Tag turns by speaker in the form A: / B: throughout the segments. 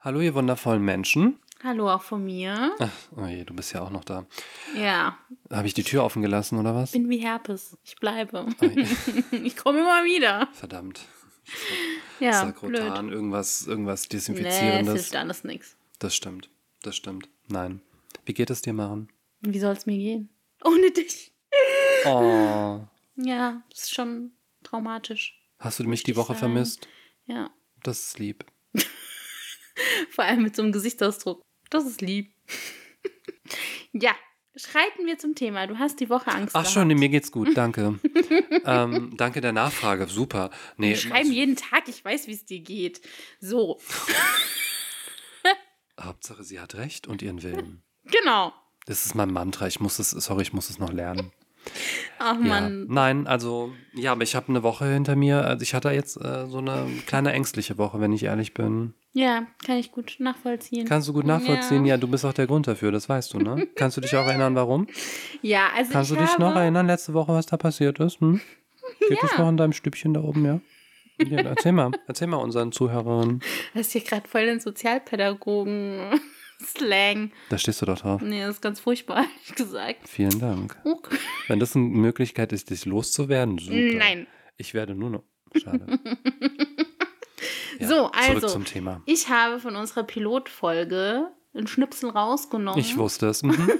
A: Hallo, ihr wundervollen Menschen.
B: Hallo auch von mir.
A: Ach, oh je, du bist ja auch noch da.
B: Ja,
A: Habe ich die Tür offen gelassen oder was?
B: bin wie Herpes. Ich bleibe.
A: Ei.
B: ich komme immer wieder.
A: Verdammt.
B: Ja, blöd.
A: Sakrotan, irgendwas, irgendwas
B: Nee, es
A: Desinfizierendes.
B: hilft alles nichts.
A: das stimmt. Das stimmt. Nein. Wie geht es dir, Maren?
B: Wie soll es mir gehen? Ohne dich.
A: Oh.
B: Ja, ist schon traumatisch.
A: Hast du mich die
B: ich
A: Woche
B: sagen.
A: vermisst?
B: Ja,
A: Das ist lieb.
B: vor allem mit so einem Gesichtsausdruck. Das ist lieb. ja, schreiten wir zum Thema. Du hast die Woche Angst.
A: Ach schon, nee, mir geht's gut, danke. ähm, danke der Nachfrage, super. Nee, also
B: Wir schreiben jeden Tag, ich weiß, wie es dir geht. So,
A: Hauptsache, sie hat recht und ihren Willen.
B: genau.
A: Das ist mein Mantra. Ich muss es, sorry, ich muss es noch lernen. Ja.
B: Ach man.
A: Nein, also, ja, aber ich habe eine Woche hinter mir. Also ich hatte jetzt äh, so eine kleine ängstliche Woche, wenn ich ehrlich bin.
B: Ja. kann ich gut nachvollziehen.
A: Kannst du gut nachvollziehen? Ja, du bist auch der Grund dafür, das weißt du, ne? Kannst du dich auch erinnern, warum?
B: Ja, also
A: Kannst du
B: ich
A: dich
B: habe,
A: noch erinnern, letzte Woche, was da passiert ist? Hm? Geht es noch in deinem Stübchen da oben, ja? ja erzähl mal, erzähl mal unseren Zuhörern.
B: Das ist hier gerade voll den Sozialpädagogen-Slang.
A: Da stehst du doch drauf.
B: Nee, das ist ganz furchtbar, ehrlich gesagt.
A: Vielen Dank.
B: Huch.
A: Wenn das eine Möglichkeit ist, dich loszuwerden, super.
B: Nein.
A: Ich werde nur noch. Schade.
B: So, also.
A: Zurück zum Thema.
B: Ich habe von unserer Pilotfolge einen Schnipsel rausgenommen
A: Ich wusste es. Mhm.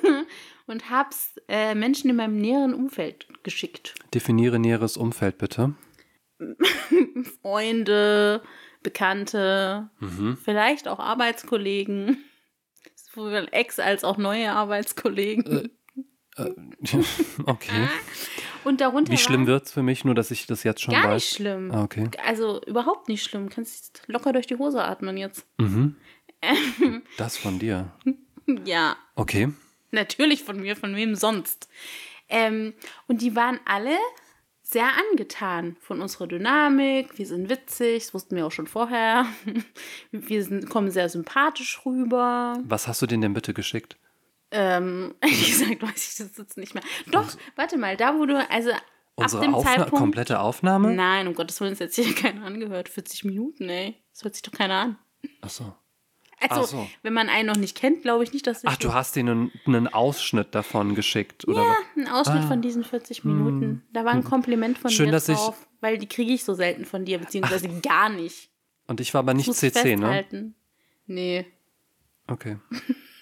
B: und hab's äh, Menschen in meinem näheren Umfeld geschickt.
A: Definiere näheres Umfeld bitte.
B: Freunde, Bekannte,
A: Mhm.
B: vielleicht auch Arbeitskollegen. Sowohl Ex als auch neue Arbeitskollegen.
A: Äh, Okay.
B: und darunter
A: Wie schlimm
B: war
A: wird es für mich, nur dass ich das jetzt schon
B: Ah, gar
A: weiß?
B: nicht schlimm.
A: Ah, okay.
B: Also überhaupt nicht schlimm. Kannst locker durch die Hose atmen jetzt.
A: Mhm.
B: Ähm.
A: Das von dir.
B: Ja,
A: Okay.
B: natürlich von mir, von wem sonst. Ähm, und die waren alle sehr angetan von unserer Dynamik. Wir sind witzig, das wussten wir auch schon vorher. Wir sind, kommen sehr sympathisch rüber.
A: Was hast du denen denn bitte geschickt?
B: Ähm, ehrlich gesagt, weiß ich das jetzt nicht mehr. Doch, warte mal, da wo du, also ab
A: Unsere
B: dem
A: Aufna
B: Zeitpunkt.
A: komplette Aufnahme?
B: Nein, um Gottes Willen, das hat sich keiner angehört. 40 Minuten, ey. Das hört sich doch keiner an.
A: Achso.
B: Also,
A: Ach so.
B: wenn man einen noch nicht kennt, glaube ich nicht, dass sich
A: Ach, du hast denen einen Ausschnitt davon geschickt, oder?
B: Ja,
A: was?
B: ein Ausschnitt von diesen 40 Minuten. Da war ein Kompliment von
A: ah. Hm. Schön,
B: mir
A: dass ich-
B: drauf, weil die kriege ich so selten von dir, beziehungsweise gar nicht.
A: Und ich war aber nicht
B: Muss
A: CC, ne?
B: festhalten. Nee.
A: Okay.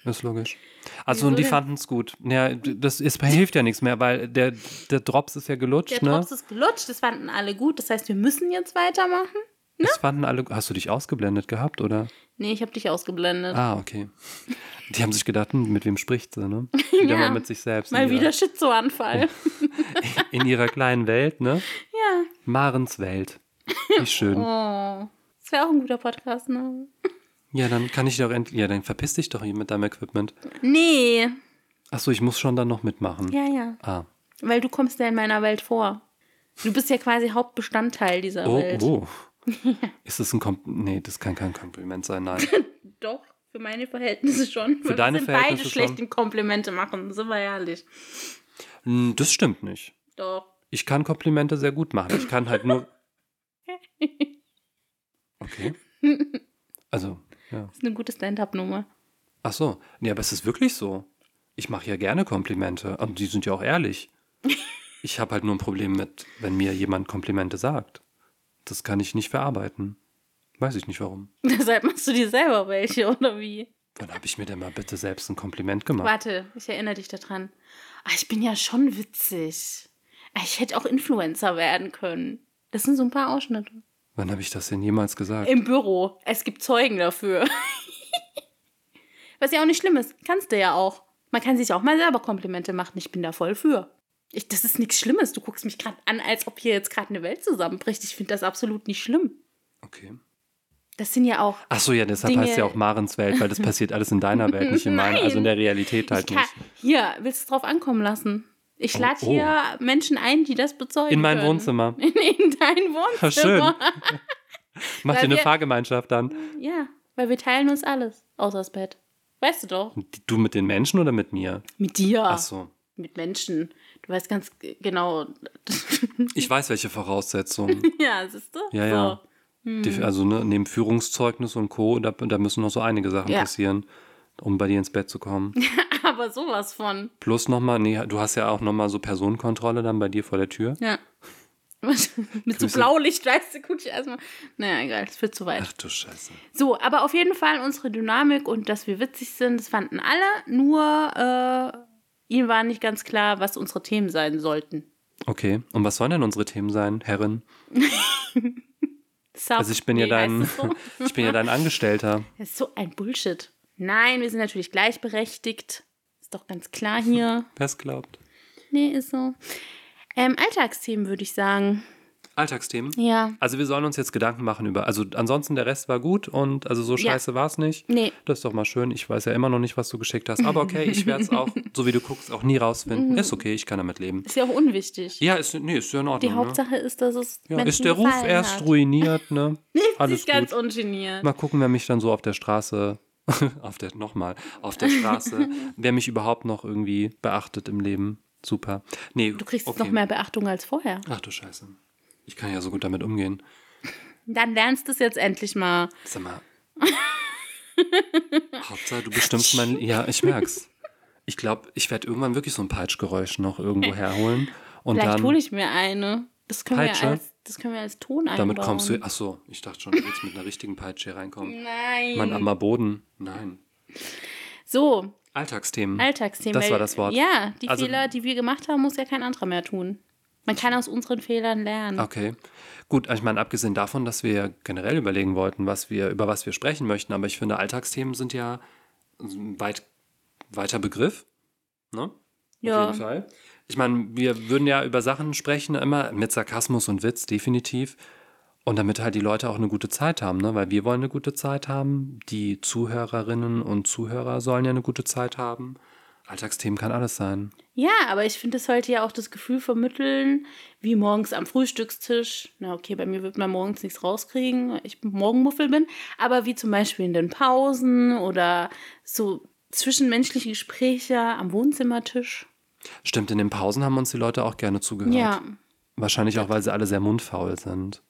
A: Ist logisch. Also,
B: Wieso
A: und die
B: denn?
A: fanden es gut. Ja, das ist, hilft ja nichts mehr, weil der, der Drops ist ja
B: Der
A: gelutscht, ne?
B: Drops ist gelutscht, das fanden alle gut. Das heißt, wir müssen jetzt weitermachen.
A: Das fanden alle. Hast du dich ausgeblendet gehabt, oder?
B: Nee, ich habe dich ausgeblendet.
A: Ah, okay. Die haben sich gedacht, hm, mit wem spricht sie, ne? Wieder
B: Ja.
A: mal mit sich selbst.
B: Mal
A: in
B: wieder Schizoanfall.
A: Ihrer, in ihrer kleinen Welt, ne?
B: Ja.
A: Marens Welt. Wie schön.
B: Oh. Das wäre auch ein guter Podcast, ne?
A: Ja, dann kann ich doch endlich. Ja, dann verpiss dich doch hier mit deinem Equipment.
B: Nee.
A: Achso, ich muss schon dann noch mitmachen.
B: Ja, ja.
A: Ah.
B: Weil du kommst ja in meiner Welt vor. Du bist ja quasi Hauptbestandteil dieser
A: Oh,
B: Welt.
A: oh. Ist das ein Kompliment? Nee, das kann kein Kompliment sein, nein.
B: Doch, für meine Verhältnisse schon. Für
A: deine
B: sind
A: Verhältnisse
B: beide schlecht
A: schon.
B: im Komplimente machen, sind wir ehrlich.
A: Hm, Das stimmt nicht.
B: Doch.
A: Ich kann Komplimente sehr gut machen. Ich kann halt nur. Okay. Also, ja.
B: Das ist eine gute Stand-Up-Nummer.
A: Ach so. Nee, aber es ist wirklich so. Ich mache ja gerne Komplimente. Und die sind ja auch ehrlich. Ich habe halt nur ein Problem mit, wenn mir jemand Komplimente sagt. Das kann ich nicht verarbeiten. Weiß ich nicht warum.
B: Deshalb machst du dir selber welche, oder wie?
A: Wann habe ich mir denn mal bitte selbst ein Kompliment gemacht?
B: Warte, ich erinnere dich daran. Ah, ich bin ja schon witzig. Ah, Ich hätte auch Influencer werden können. Das sind so ein paar Ausschnitte.
A: Wann habe ich das denn jemals gesagt?
B: Im Büro. Es gibt Zeugen dafür. Was ja auch nicht schlimm ist. Kannst du ja auch. Man kann sich auch mal selber Komplimente machen. Ich bin da voll für. Ich, das ist nichts Schlimmes. Du guckst mich gerade an, als ob hier jetzt gerade eine Welt zusammenbricht. Ich finde das absolut nicht schlimm.
A: Okay.
B: Das sind ja auch.
A: Ach so, ja, deshalb
B: Dinge-
A: heißt es ja auch Marens Welt, weil das passiert alles in deiner Welt, nicht in meiner.
B: Nein.
A: Also in der Realität halt
B: ich kann,
A: nicht.
B: hier, willst du es drauf ankommen lassen? Ich
A: Oh,
B: lade
A: oh.
B: hier Menschen ein, die das bezeugen.
A: In mein
B: können.
A: Wohnzimmer.
B: In, in dein Wohnzimmer.
A: Ja, schön. Mach dir
B: Weil
A: eine
B: wir-
A: Fahrgemeinschaft dann.
B: Ja, weil wir teilen uns alles. Außer das Bett. Weißt du doch.
A: Du mit den Menschen oder mit mir?
B: Mit dir.
A: Ach so.
B: mit Menschen. Du weißt ganz g- genau.
A: Ich weiß, welche Voraussetzungen.
B: ja, siehst du?
A: Ja, ja.
B: So. Hm.
A: Die- Also ne, neben Führungszeugnis und Co., da, da müssen noch so einige Sachen
B: Ja.
A: passieren, um bei dir ins Bett zu kommen.
B: Aber sowas von.
A: Plus nochmal, nee, du hast ja auch nochmal so Personenkontrolle dann bei dir vor der Tür.
B: Ja. Mit so
A: Grüße.
B: Blaulichtleiste gucke ich erstmal. Naja, egal, es wird zu weit.
A: Ach du Scheiße.
B: So, aber auf jeden Fall unsere Dynamik und dass wir witzig sind, das fanden alle. Nur äh, ihnen war nicht ganz klar, was unsere Themen sein sollten.
A: Okay, und was sollen denn unsere Themen sein, Herrin?
B: Sub,
A: Also ich bin ja
B: nee, heißt
A: dein,
B: es So?
A: ich bin ja dein Angestellter.
B: Das ist so ein Bullshit. Nein, wir sind natürlich gleichberechtigt. Ist doch ganz klar hier.
A: Wer es glaubt.
B: Nee, ist so. Ähm, Alltagsthemen würde ich sagen.
A: Alltagsthemen.
B: Ja.
A: Also wir sollen uns jetzt Gedanken machen über. Also ansonsten der Rest war gut und also so
B: Ja.
A: scheiße war es nicht.
B: Nee.
A: Das ist doch mal schön. Ich weiß ja immer noch nicht, was du geschickt hast. Aber okay, ich werde es auch, so wie du guckst, auch nie rausfinden. Ist okay, ich kann damit leben.
B: Ist ja auch unwichtig.
A: Ja, ist, nee, ist ja in Ordnung.
B: Mhm. Die Hauptsache ist, dass es.
A: ne? ja,
B: Menschen
A: ist der Ruf
B: gefallen
A: erst
B: hat.
A: ruiniert, ne? Alles
B: Sich ganz
A: gut.
B: ungeniert.
A: Mal gucken, wer mich dann so auf der Straße, auf der, nochmal, auf der Straße, wer mich überhaupt noch irgendwie beachtet im Leben. Super. Nee,
B: Du kriegst jetzt noch mehr Beachtung als vorher.
A: Ach du Scheiße. Ich kann ja so gut damit umgehen.
B: Dann lernst du es jetzt endlich mal.
A: Sag mal. Hauptsache, du bestimmst mein. Ja, ich merk's. Ich glaube, ich werde irgendwann wirklich so ein Peitschgeräusch noch irgendwo herholen. Und
B: Vielleicht hole
A: dann.
B: ich mir eine. Das können,
A: Peitsche?
B: wir als, das können wir als Ton einbauen.
A: Damit kommst du. Ach so, ich dachte schon, du willst mit einer richtigen Peitsche hier reinkommen.
B: Nein.
A: Mein armer Boden. Nein.
B: so,
A: Alltagsthemen.
B: Alltagsthemen.
A: Das
B: weil-
A: war das Wort.
B: Ja, die
A: Also-
B: Fehler, die wir gemacht haben, muss ja kein anderer mehr tun. Man kann aus unseren Fehlern lernen.
A: Okay. Gut, also ich meine, abgesehen davon, dass wir generell überlegen wollten, was wir, über was wir sprechen möchten, aber ich finde, Alltagsthemen sind ja ein weit, weiter Begriff. Ne?
B: Ja.
A: Auf jeden Fall. Ich meine, wir würden ja über Sachen sprechen, immer mit Sarkasmus und Witz, definitiv. Und damit halt die Leute auch eine gute Zeit haben, ne? weil wir wollen eine gute Zeit haben. Die Zuhörerinnen und Zuhörer sollen ja eine gute Zeit haben. Alltagsthemen kann alles sein.
B: Ja, aber ich finde, das sollte ja auch das Gefühl vermitteln, wie morgens am Frühstückstisch. Na, okay, bei mir wird man morgens nichts rauskriegen, weil ich Morgenmuffel bin. Aber wie zum Beispiel in den Pausen oder so zwischenmenschliche Gespräche am Wohnzimmertisch.
A: Stimmt, in den Pausen haben uns die Leute auch gerne zugehört.
B: Ja.
A: Wahrscheinlich auch, weil sie alle sehr mundfaul sind.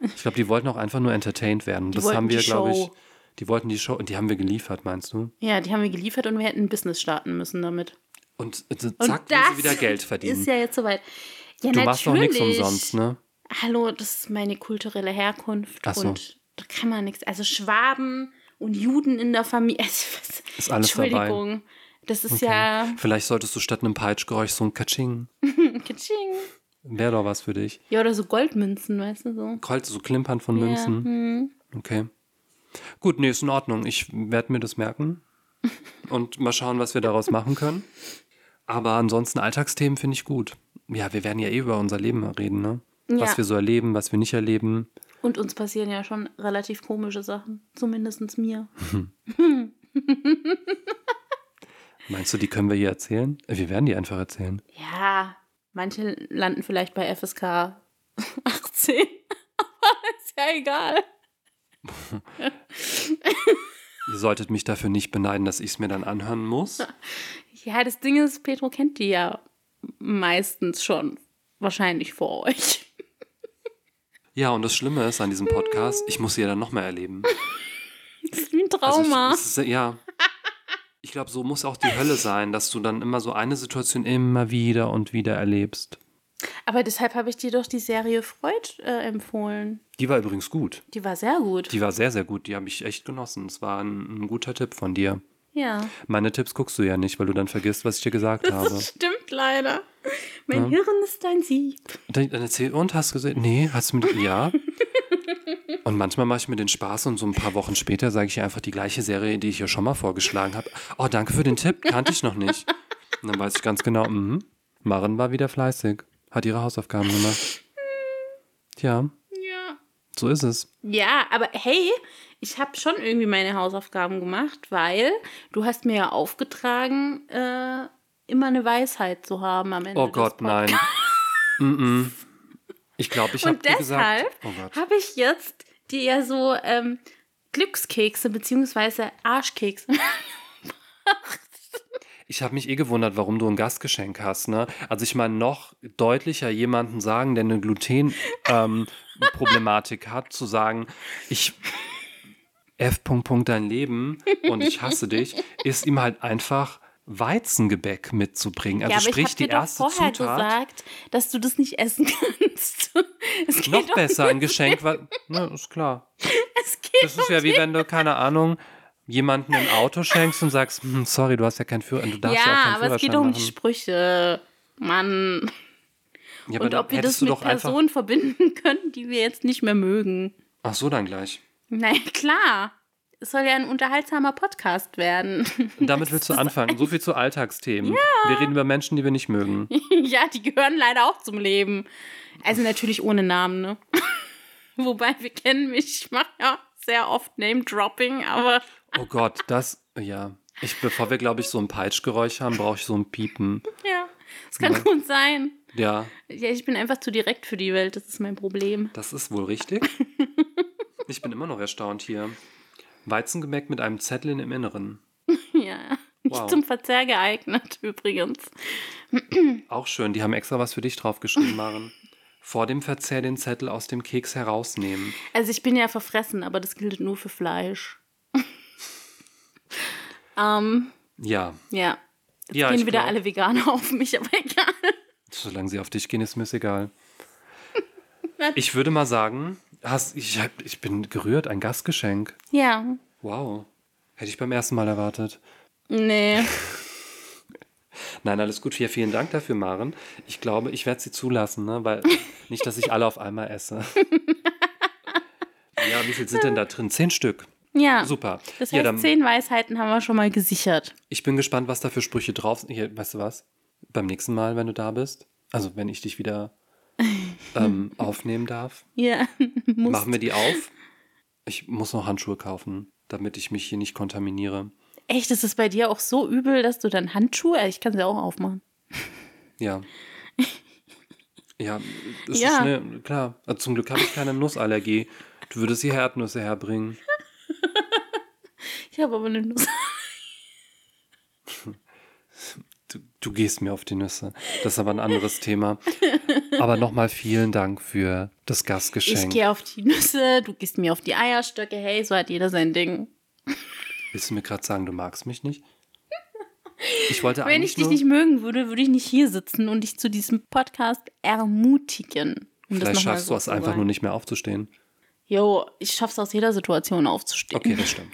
A: Ich glaube, die wollten auch einfach nur entertained werden. das
B: wollten
A: haben wir,
B: die
A: glaube ich.
B: Show.
A: Die wollten die Show und die haben wir geliefert, meinst du?
B: Ja, die haben wir geliefert und wir hätten ein Business starten müssen damit.
A: Und äh, zack,
B: Und
A: müssen sie wieder Geld verdienen.
B: ist ja jetzt soweit. Ja,
A: du
B: natürlich.
A: machst doch nichts umsonst, ne?
B: Hallo, das ist meine kulturelle Herkunft
A: Ach so.
B: und da kann man nichts. Also Schwaben und Juden in der Familie. Also, was,
A: Ist alles dabei.
B: Entschuldigung, das ist ja
A: Vielleicht solltest du statt einem Peitschgeräusch so ein Katsching.
B: Kitsching.
A: Wäre doch was für dich.
B: Ja, oder so Goldmünzen, weißt du so.
A: Kreuz, so Klimpern von
B: hm.
A: Münzen. Okay. Gut, nee, ist in Ordnung. Ich werde mir das merken und mal schauen, was wir daraus machen können. Aber ansonsten Alltagsthemen finde ich gut. Ja, wir werden ja eh über unser Leben reden, ne?
B: Ja.
A: Was wir so erleben, was wir nicht erleben.
B: Und uns passieren ja schon relativ komische Sachen. Zumindest mir.
A: Meinst du, die können wir hier erzählen? Äh, Wir werden die einfach erzählen.
B: Ja, manche landen vielleicht bei FSK 18. Aber ist ja egal.
A: Ihr solltet mich dafür nicht beneiden, dass ich es mir dann anhören muss.
B: Ja, das Ding ist, Petro kennt die ja meistens schon. Wahrscheinlich vor euch.
A: Ja, und das Schlimme ist an diesem Podcast, ich muss sie ja dann nochmal erleben.
B: Das ist wie ein
A: Also,
B: Trauma.
A: es ist, ja. Ich glaube, so muss auch die Hölle sein, dass du dann immer so eine Situation immer wieder und wieder erlebst.
B: Aber deshalb habe ich dir doch die Serie Freud äh, empfohlen.
A: Die war übrigens gut.
B: Die war sehr gut.
A: Die war sehr, sehr gut. Die habe ich echt genossen. Es war ein, ein guter Tipp von dir.
B: ja.
A: Meine Tipps guckst du ja nicht, weil du dann vergisst, was ich dir gesagt habe.
B: Das stimmt leider. Mein Hirn ist ein Sieb.
A: Dann dann erzähl, und hast du gesehen? Nee, hast du mir. Ja. Und manchmal mache ich mir den Spaß und so ein paar Wochen später sage ich ihr einfach die gleiche Serie, die ich ihr schon mal vorgeschlagen habe. Oh, danke für den Tipp, kannte ich noch nicht. Und dann weiß ich ganz genau, mhm, Maren war wieder fleißig, hat ihre Hausaufgaben gemacht. Tja,
B: Ja.
A: so ist es.
B: Ja, aber hey, ich habe schon irgendwie meine Hausaufgaben gemacht, weil du hast mir ja aufgetragen, äh, immer eine Weisheit zu haben am Ende.
A: Oh
B: des
A: Gott,
B: Podcasts.
A: nein. mm -mm. Ich glaube, ich habe
B: Und
A: dir gesagt.
B: deshalb
A: Oh Gott.
B: habe ich jetzt dir ja so ähm, Glückskekse beziehungsweise Arschkekse.
A: Ich habe mich eh gewundert, warum du ein Gastgeschenk hast. Ne? Also ich meine, noch deutlicher jemanden sagen, der eine Gluten-Problematik hat, zu sagen, ich F. -punkt -punkt dein Leben und ich hasse dich, ist ihm halt einfach Weizengebäck mitzubringen. Also
B: ja, aber ich
A: sprich
B: habe
A: die
B: dir doch
A: erste
B: vorher
A: Zutat.
B: gesagt, dass du das nicht essen kannst. Es geht
A: noch
B: doch-
A: besser ein Geschenk, weil, ne, ist klar.
B: Es geht
A: Das ist ja wie wenn du, keine Ahnung, jemanden ein Auto schenkst und sagst, hm, sorry, du hast ja keinen Führer, du darfst ja, auch
B: ja,
A: keinen
B: aber es geht
A: Führerschein
B: doch um die
A: machen.
B: Sprüche. Mann.
A: Ja, aber
B: Und
A: dann
B: ob wir
A: hättest
B: das
A: du
B: mit
A: doch einfach-
B: Personen verbinden können, die wir jetzt nicht mehr mögen.
A: Ach so, dann gleich.
B: Na ja, klar. Es soll ja ein unterhaltsamer Podcast werden.
A: Und damit willst du anfangen. So viel zu Alltagsthemen. Wir reden über Menschen, die wir nicht mögen.
B: ja, die gehören leider auch zum Leben. Also natürlich ohne Namen, ne? Wobei wir kennen mich, ich mache ja sehr oft Name-Dropping, aber
A: Oh Gott, das, ja. Ich, bevor wir, glaube ich, so ein Peitschgeräusch haben, brauche ich so ein Piepen.
B: ja, es kann
A: Ja.
B: gut sein.
A: Ja,
B: Ja, ich bin einfach zu direkt für die Welt, das ist mein Problem.
A: das ist wohl richtig. Ich bin immer noch erstaunt hier. Weizengebäck mit einem Zettel im Inneren.
B: Ja.
A: Wow.
B: Nicht zum Verzehr geeignet, übrigens.
A: Auch schön, die haben extra was für dich draufgeschrieben, Maren. Vor dem Verzehr den Zettel aus dem Keks herausnehmen.
B: Also ich bin ja verfressen, aber das gilt nur für Fleisch. ähm,
A: Ja,
B: ja. Jetzt
A: Ja, ich
B: gehen wieder
A: glaub-
B: alle Veganer auf mich, aber egal.
A: solange sie auf dich gehen, ist mir es egal. Ich würde mal sagen, hast, ich, hab- ich bin gerührt, ein Gastgeschenk.
B: Ja.
A: Wow. Hätte ich beim ersten Mal erwartet.
B: Nee.
A: Nein, alles gut. Ja, vielen Dank dafür, Maren. Ich glaube, ich werde sie zulassen, ne? weil nicht, dass ich alle auf einmal esse. Ja, wie viel sind denn da drin? Zehn Stück.
B: Ja.
A: Super.
B: Das heißt,
A: ja, dann,
B: zehn Weisheiten haben wir schon mal gesichert.
A: Ich bin gespannt, was da für Sprüche drauf sind. Hier, weißt du was? Beim nächsten Mal, wenn du da bist, also wenn ich dich wieder ähm, aufnehmen darf,
B: Ja. Muss.
A: machen wir die auf. Ich muss noch Handschuhe kaufen, damit ich mich hier nicht kontaminiere.
B: Echt, ist es bei dir auch so übel, dass du dann Handschuhe. äh, Ich kann sie auch aufmachen.
A: Ja. Ja, es
B: Ja.
A: ist schnell, klar. Also zum Glück habe ich keine Nussallergie. Du würdest hier Erdnüsse herbringen.
B: Ich habe aber eine Nuss.
A: Du, du gehst mir auf die Nüsse. Das ist aber ein anderes Thema. Aber nochmal vielen Dank für das
B: Ich
A: Gastgeschenk.
B: gehe auf die Nüsse, du gehst mir auf die Eierstöcke. Hey, so hat jeder sein Ding.
A: Willst du mir gerade sagen, du magst mich nicht? Ich wollte
B: Wenn
A: eigentlich
B: ich dich
A: nur,
B: nicht mögen würde, würde ich nicht hier sitzen und dich zu diesem Podcast ermutigen. Um
A: vielleicht
B: nochmal
A: schaffst
B: so
A: du es
B: zu
A: einfach
B: sagen.
A: nur nicht mehr aufzustehen.
B: Jo, ich schaff's aus jeder Situation aufzustehen.
A: Okay, das stimmt.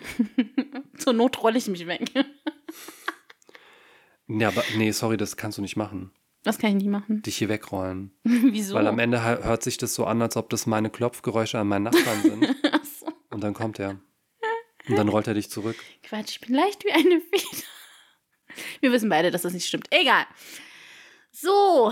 B: Zur Not rolle ich mich weg.
A: Ja, aber nee, sorry, das kannst du nicht machen.
B: Das kann ich nicht machen.
A: Dich hier wegrollen.
B: Wieso?
A: Weil am Ende hör- hört sich das so an, als ob das meine Klopfgeräusche an meinen Nachbarn sind. Und dann kommt er. Und dann rollt er dich zurück.
B: Quatsch, ich bin leicht wie eine Feder. Wir wissen beide, dass das nicht stimmt. Egal. So,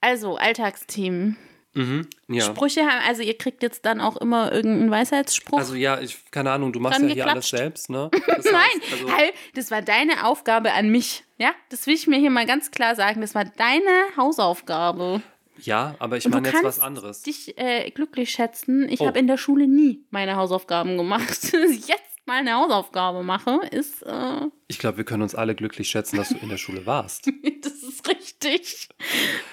B: also Alltagsthemen.
A: Mhm. Ja.
B: Sprüche haben, also ihr kriegt jetzt dann auch immer irgendeinen Weisheitsspruch.
A: Also ja, ich, keine Ahnung, du machst
B: Dran
A: ja hier alles
B: geklatscht.
A: selbst, ne? Das
B: Nein, halt.
A: heißt, also,
B: Hal, das war deine Aufgabe an mich. Ja, das will ich mir hier mal ganz klar sagen. Das war deine Hausaufgabe.
A: ja, aber ich
B: Und du
A: meine jetzt was
B: kannst
A: anderes.
B: Dich äh, glücklich schätzen. Ich
A: Oh.
B: habe in der Schule nie meine Hausaufgaben gemacht. Dass ich Jetzt mal eine Hausaufgabe mache, ist äh,
A: Ich glaube, wir können uns alle glücklich schätzen, dass du in der Schule warst.
B: Das ist richtig.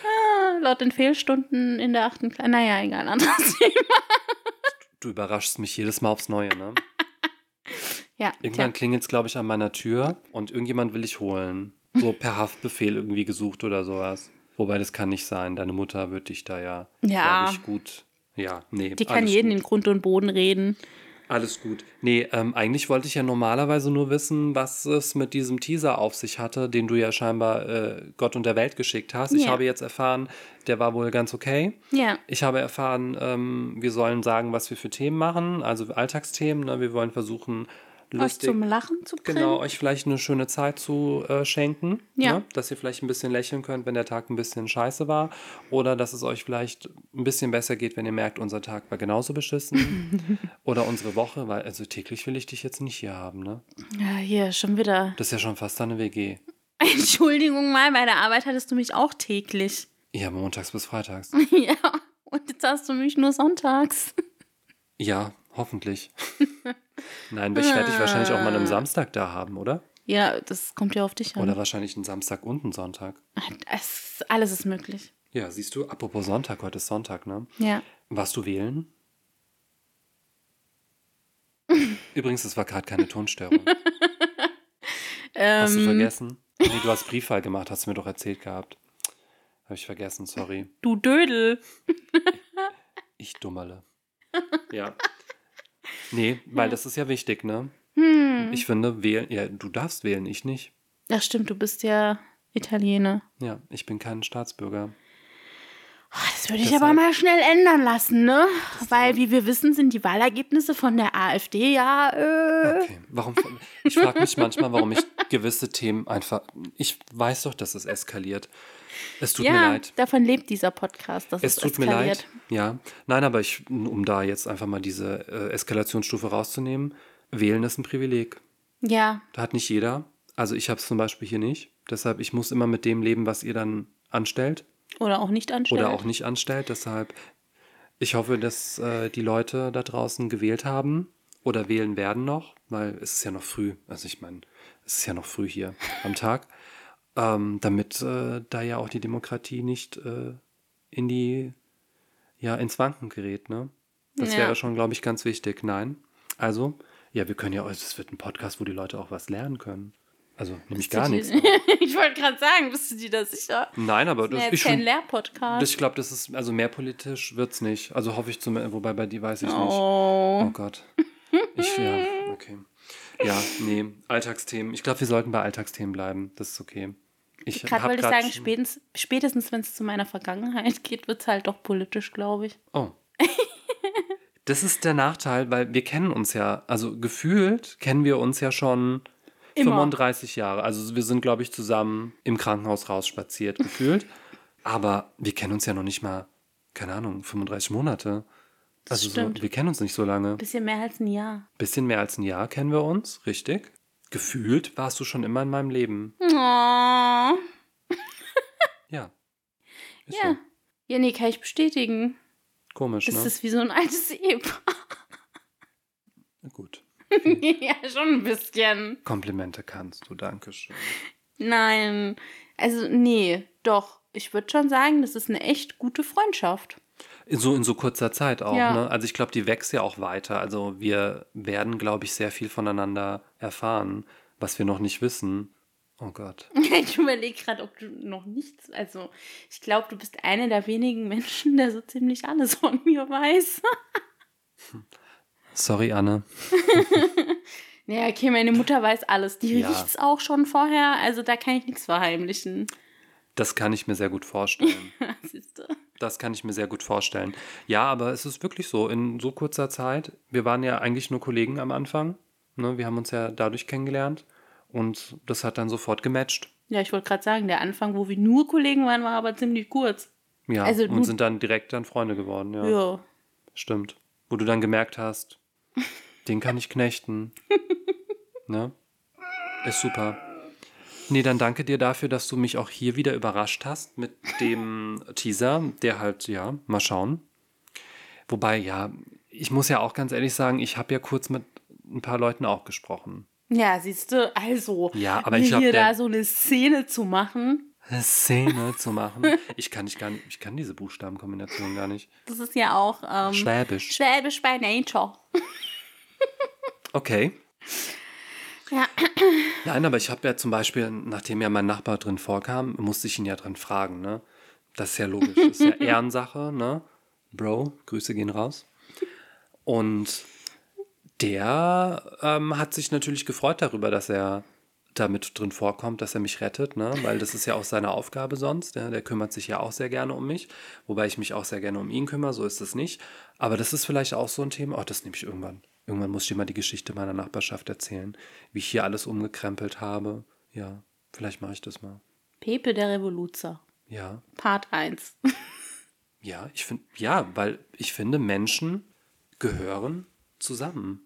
B: Ah, Laut den Fehlstunden in der achten Klasse. Naja, egal, anderes Thema.
A: Du überraschst mich jedes Mal aufs Neue, ne?
B: Ja,
A: Irgendwann klingelt es, glaube ich, an meiner Tür und irgendjemand will ich holen. So per Haftbefehl irgendwie gesucht oder sowas. Wobei das kann nicht sein. Deine Mutter wird dich da ja,
B: Ja.
A: glaub ich, gut. Ja, nee.
B: tja. Die kann
A: alles
B: jeden
A: Gut.
B: in Grund und Boden reden.
A: Alles gut. Nee, ähm, eigentlich wollte ich ja normalerweise nur wissen, was es mit diesem Teaser auf sich hatte, den du ja scheinbar äh, Gott und der Welt geschickt hast. Ich
B: Ja.
A: habe jetzt erfahren, der war wohl ganz okay.
B: Ja.
A: Ich habe erfahren, ähm, wir sollen sagen, was wir für Themen machen, also Alltagsthemen. Ne? Wir wollen versuchen,
B: Euch
A: lustig
B: zum Lachen zu bringen.
A: Genau, euch vielleicht eine schöne Zeit zu äh, schenken.
B: Ja.
A: Ne? Dass ihr vielleicht ein bisschen lächeln könnt, wenn der Tag ein bisschen scheiße war. Oder dass es euch vielleicht ein bisschen besser geht, wenn ihr merkt, unser Tag war genauso beschissen. Oder unsere Woche, weil also täglich will ich dich jetzt nicht hier haben. Ne?
B: Ja, hier, schon wieder.
A: Das ist ja schon fast eine WG.
B: Entschuldigung mal, bei der Arbeit hattest du mich auch täglich.
A: Ja, montags bis freitags.
B: ja. Und jetzt hast du mich nur sonntags.
A: Ja, hoffentlich. Nein, ich werde dich wahrscheinlich auch mal am Samstag da haben, oder?
B: Ja, das kommt ja auf dich an.
A: Oder wahrscheinlich einen Samstag und einen Sonntag.
B: Es, alles ist möglich.
A: Ja, siehst du, apropos Sonntag, heute ist Sonntag, ne?
B: Ja.
A: Warst du wählen? Übrigens, das war gerade keine Tonstörung.
B: Ähm,
A: Hast du vergessen? Nee, du hast Briefwahl gemacht, hast du mir doch erzählt gehabt. Habe ich vergessen, sorry.
B: Du Dödel.
A: Ich dummerle. Ja. Nee, weil das ist ja wichtig, ne?
B: Hm.
A: Ich finde, wählen, ja, du darfst wählen, ich nicht.
B: Ach stimmt, du bist ja Italiener.
A: Ja, ich bin kein Staatsbürger.
B: Oh, Das würde ich
A: Deshalb-
B: aber mal schnell ändern lassen, ne? Weil, wie wir wissen, sind die Wahlergebnisse von der AfD ja. Äh,
A: Okay. Warum? Ich frage mich manchmal, warum ich gewisse Themen einfach. Ich weiß doch, dass es eskaliert. Es tut mir
B: ja,
A: leid.
B: davon lebt dieser Podcast. Das
A: Es
B: ist
A: tut mir
B: eskaliert.
A: leid. Ja. Nein, aber ich, um da jetzt einfach mal diese äh, Eskalationsstufe rauszunehmen, wählen ist ein Privileg.
B: Ja,
A: Da hat nicht jeder. Also ich habe es zum Beispiel hier nicht. Deshalb, ich muss immer mit dem leben, was ihr dann anstellt
B: oder auch nicht anstellen.
A: oder auch nicht anstellt. Deshalb, ich hoffe, dass äh, die Leute da draußen gewählt haben oder wählen werden noch, weil es ist ja noch früh. Also ich meine, es ist ja noch früh hier am Tag, ähm, damit äh, da ja auch die Demokratie nicht äh, in die, ja, ins Wanken gerät. Ne? Das
B: Ja.
A: wäre schon, glaube ich, ganz wichtig. Nein. Also, ja, wir können ja, es wird ein Podcast, wo die Leute auch was lernen können. Also nämlich gar nichts.
B: ich wollte gerade sagen, bist du dir da sicher?
A: Nein, aber
B: Das
A: das,
B: ist
A: ich
B: jetzt kein
A: schon,
B: Lehrpodcast.
A: ich glaube, das ist, also mehr politisch wird es nicht. Also hoffe ich zum, wobei bei dir weiß ich nicht.
B: Oh.
A: Oh Gott. Ich, ja, okay. Ja, nee, Alltagsthemen. Ich glaube, wir sollten bei Alltagsthemen bleiben. Das ist okay. Ich
B: Gerade
A: hab
B: wollte ich sagen,
A: schon-
B: spätestens, spätestens wenn es zu meiner Vergangenheit geht, wird es halt doch politisch, glaube ich.
A: Oh. Das ist der Nachteil, weil wir kennen uns ja, also gefühlt kennen wir uns ja schon
B: Immer.
A: 35 Jahre. Also wir sind, glaube ich, zusammen im Krankenhaus rausspaziert, gefühlt. Aber wir kennen uns ja noch nicht mal, keine Ahnung, 35 Monate. Also so,
B: stimmt.
A: wir kennen uns nicht so lange.
B: Bisschen mehr als ein Jahr.
A: Bisschen mehr als ein Jahr kennen wir uns, richtig? Gefühlt warst du schon immer in meinem Leben.
B: Oh.
A: Ja. Ist
B: Ja.
A: so.
B: Ja, nee, kann ich bestätigen.
A: Komisch,
B: Das
A: ne?
B: ist wie so ein altes Ehepaar.
A: Na Gut.
B: ja, schon ein bisschen.
A: Komplimente kannst du, danke schön.
B: Nein. Also, nee, doch. Ich würde schon sagen, das ist eine echt gute Freundschaft.
A: In so, in so kurzer Zeit auch,
B: Ja.
A: ne? Also ich glaube, die wächst ja auch weiter. Also wir werden, glaube ich, sehr viel voneinander erfahren, was wir noch nicht wissen. Oh Gott.
B: Ich überlege gerade, ob du noch nichts. Also, ich glaube, du bist einer der wenigen Menschen, der so ziemlich alles von mir weiß.
A: Sorry, Anne.
B: Ja, okay, meine Mutter weiß alles. Die
A: Ja.
B: riecht's auch schon vorher, also da kann ich nichts verheimlichen. Ah,
A: Das kann ich mir sehr gut vorstellen.
B: Siehste.
A: Das kann ich mir sehr gut vorstellen. Ja, aber es ist wirklich so, in so kurzer Zeit, wir waren ja eigentlich nur Kollegen am Anfang. Ne? Wir haben uns ja dadurch kennengelernt und das hat dann sofort gematcht.
B: Ja, ich wollte gerade sagen, der Anfang, wo wir nur Kollegen waren, war aber ziemlich kurz.
A: Ja,
B: Also
A: und
B: du-
A: sind dann direkt dann Freunde geworden. Ja,
B: Ja.
A: stimmt. Wo du dann gemerkt hast, den kann ich knechten. ne? Ist super. Nee, dann danke dir dafür, dass du mich auch hier wieder überrascht hast mit dem Teaser, der halt, ja, mal schauen. Wobei, ja, ich muss ja auch ganz ehrlich sagen, ich habe ja kurz mit ein paar Leuten auch gesprochen.
B: Ja, siehst du, also,
A: Ja, aber ich glaub,
B: hier
A: der-
B: da so eine Szene zu machen,
A: Eine Szene zu machen. Ich kann nicht gar nicht, ich kann diese Buchstabenkombination gar nicht.
B: das ist ja auch ähm,
A: Schwäbisch.
B: Schwäbisch bei Nature.
A: Okay.
B: Ja.
A: Nein, aber ich habe ja zum Beispiel, nachdem ja mein Nachbar drin vorkam, musste ich ihn ja drin fragen, ne? Das ist ja logisch, das ist ja Ehrensache, ne? Bro, Grüße gehen raus. Und der ähm, hat sich natürlich gefreut darüber, dass er damit drin vorkommt, dass er mich rettet, ne? Weil das ist ja auch seine Aufgabe sonst. Ne? Der kümmert sich ja auch sehr gerne um mich, wobei ich mich auch sehr gerne um ihn kümmere, so ist es nicht. Aber das ist vielleicht auch so ein Thema. Oh, das nehme ich irgendwann. Irgendwann muss ich dir mal die Geschichte meiner Nachbarschaft erzählen, wie ich hier alles umgekrempelt habe. Ja, vielleicht mache ich das mal.
B: Pepe der Revoluzer,
A: Ja.
B: Part 1.
A: Ja, ich finde, ja, weil ich finde, Menschen gehören zusammen.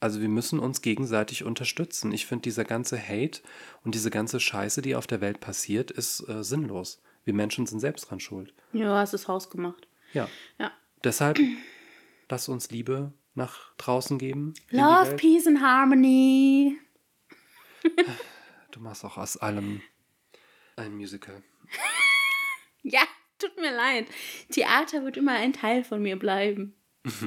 A: Also wir müssen uns gegenseitig unterstützen. Ich finde, dieser ganze Hate und diese ganze Scheiße, die auf der Welt passiert, ist äh, sinnlos. Wir Menschen sind selbst dran schuld.
B: ja, hast das Haus gemacht.
A: Ja.
B: Ja.
A: Deshalb lass uns Liebe nach draußen geben. in die
B: Love,
A: Welt.
B: Peace and Harmony.
A: machst auch aus allem ein Musical.
B: Ja, tut mir leid. Theater wird immer ein Teil von mir bleiben.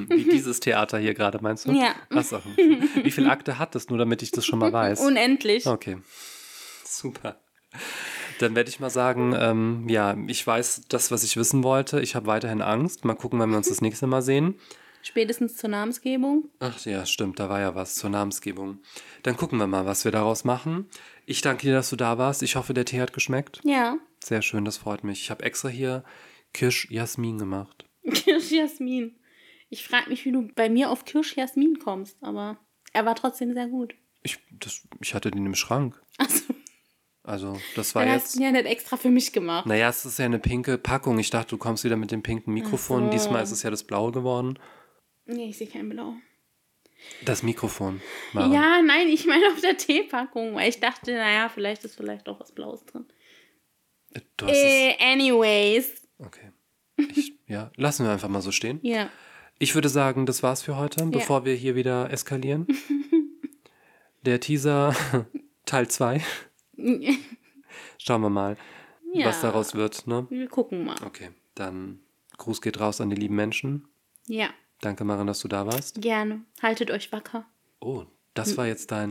A: Wie dieses Theater hier gerade, meinst du?
B: Ja.
A: Achso. Wie viele Akte hat das, nur damit ich das schon mal weiß?
B: Unendlich.
A: Okay. Super. Dann werde ich mal sagen, ähm, ja, ich weiß das, was ich wissen wollte. Ich habe weiterhin Angst. Mal gucken, wenn wir uns das nächste Mal sehen.
B: Spätestens zur Namensgebung.
A: Ach ja, stimmt, da war ja was zur Namensgebung. Dann gucken wir mal, was wir daraus machen. Ich danke dir, dass du da warst. Ich hoffe, der Tee hat geschmeckt.
B: Ja.
A: Sehr schön, das freut mich. Ich habe extra hier Kirsch-Jasmin gemacht.
B: Kirschjasmin. Ich frage mich, wie du bei mir auf Kirschjasmin kommst, aber er war trotzdem sehr gut.
A: Ich, das, ich hatte den im Schrank.
B: Also,
A: Also, das war
B: dann
A: jetzt.
B: hast du ihn ja nicht extra für mich gemacht.
A: Naja, es ist ja eine pinke Packung. Ich dachte, du kommst wieder mit dem pinken Mikrofon.
B: so.
A: Diesmal ist es ja das blaue geworden.
B: Nee, ich sehe kein Blau.
A: Das Mikrofon. Maren.
B: Ja, nein, ich meine auf der Teepackung, weil ich dachte, naja, vielleicht ist vielleicht auch was Blaues drin.
A: Du hast
B: Äh, anyways.
A: es. Okay. Ich, ja, lassen wir einfach mal so stehen.
B: Ja.
A: Ich würde sagen, das war's für heute, bevor wir hier wieder eskalieren. Der Teaser Teil 2. Schauen wir mal,
B: Ja.
A: was daraus wird. Ne?
B: Wir gucken mal.
A: Okay, dann Gruß geht raus an die lieben Menschen.
B: Ja,
A: Danke, Maren, dass du da warst.
B: gerne. Haltet euch wacker.
A: Oh, das war jetzt dein.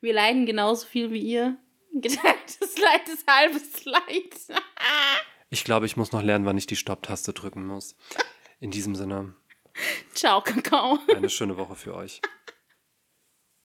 B: Wir leiden genauso viel wie ihr. Geteiltes Leid ist halbes Leid.
A: Ich glaube, ich muss noch lernen, wann ich die Stopptaste drücken muss. In diesem Sinne,
B: Ciao, Kakao.
A: eine schöne Woche für euch.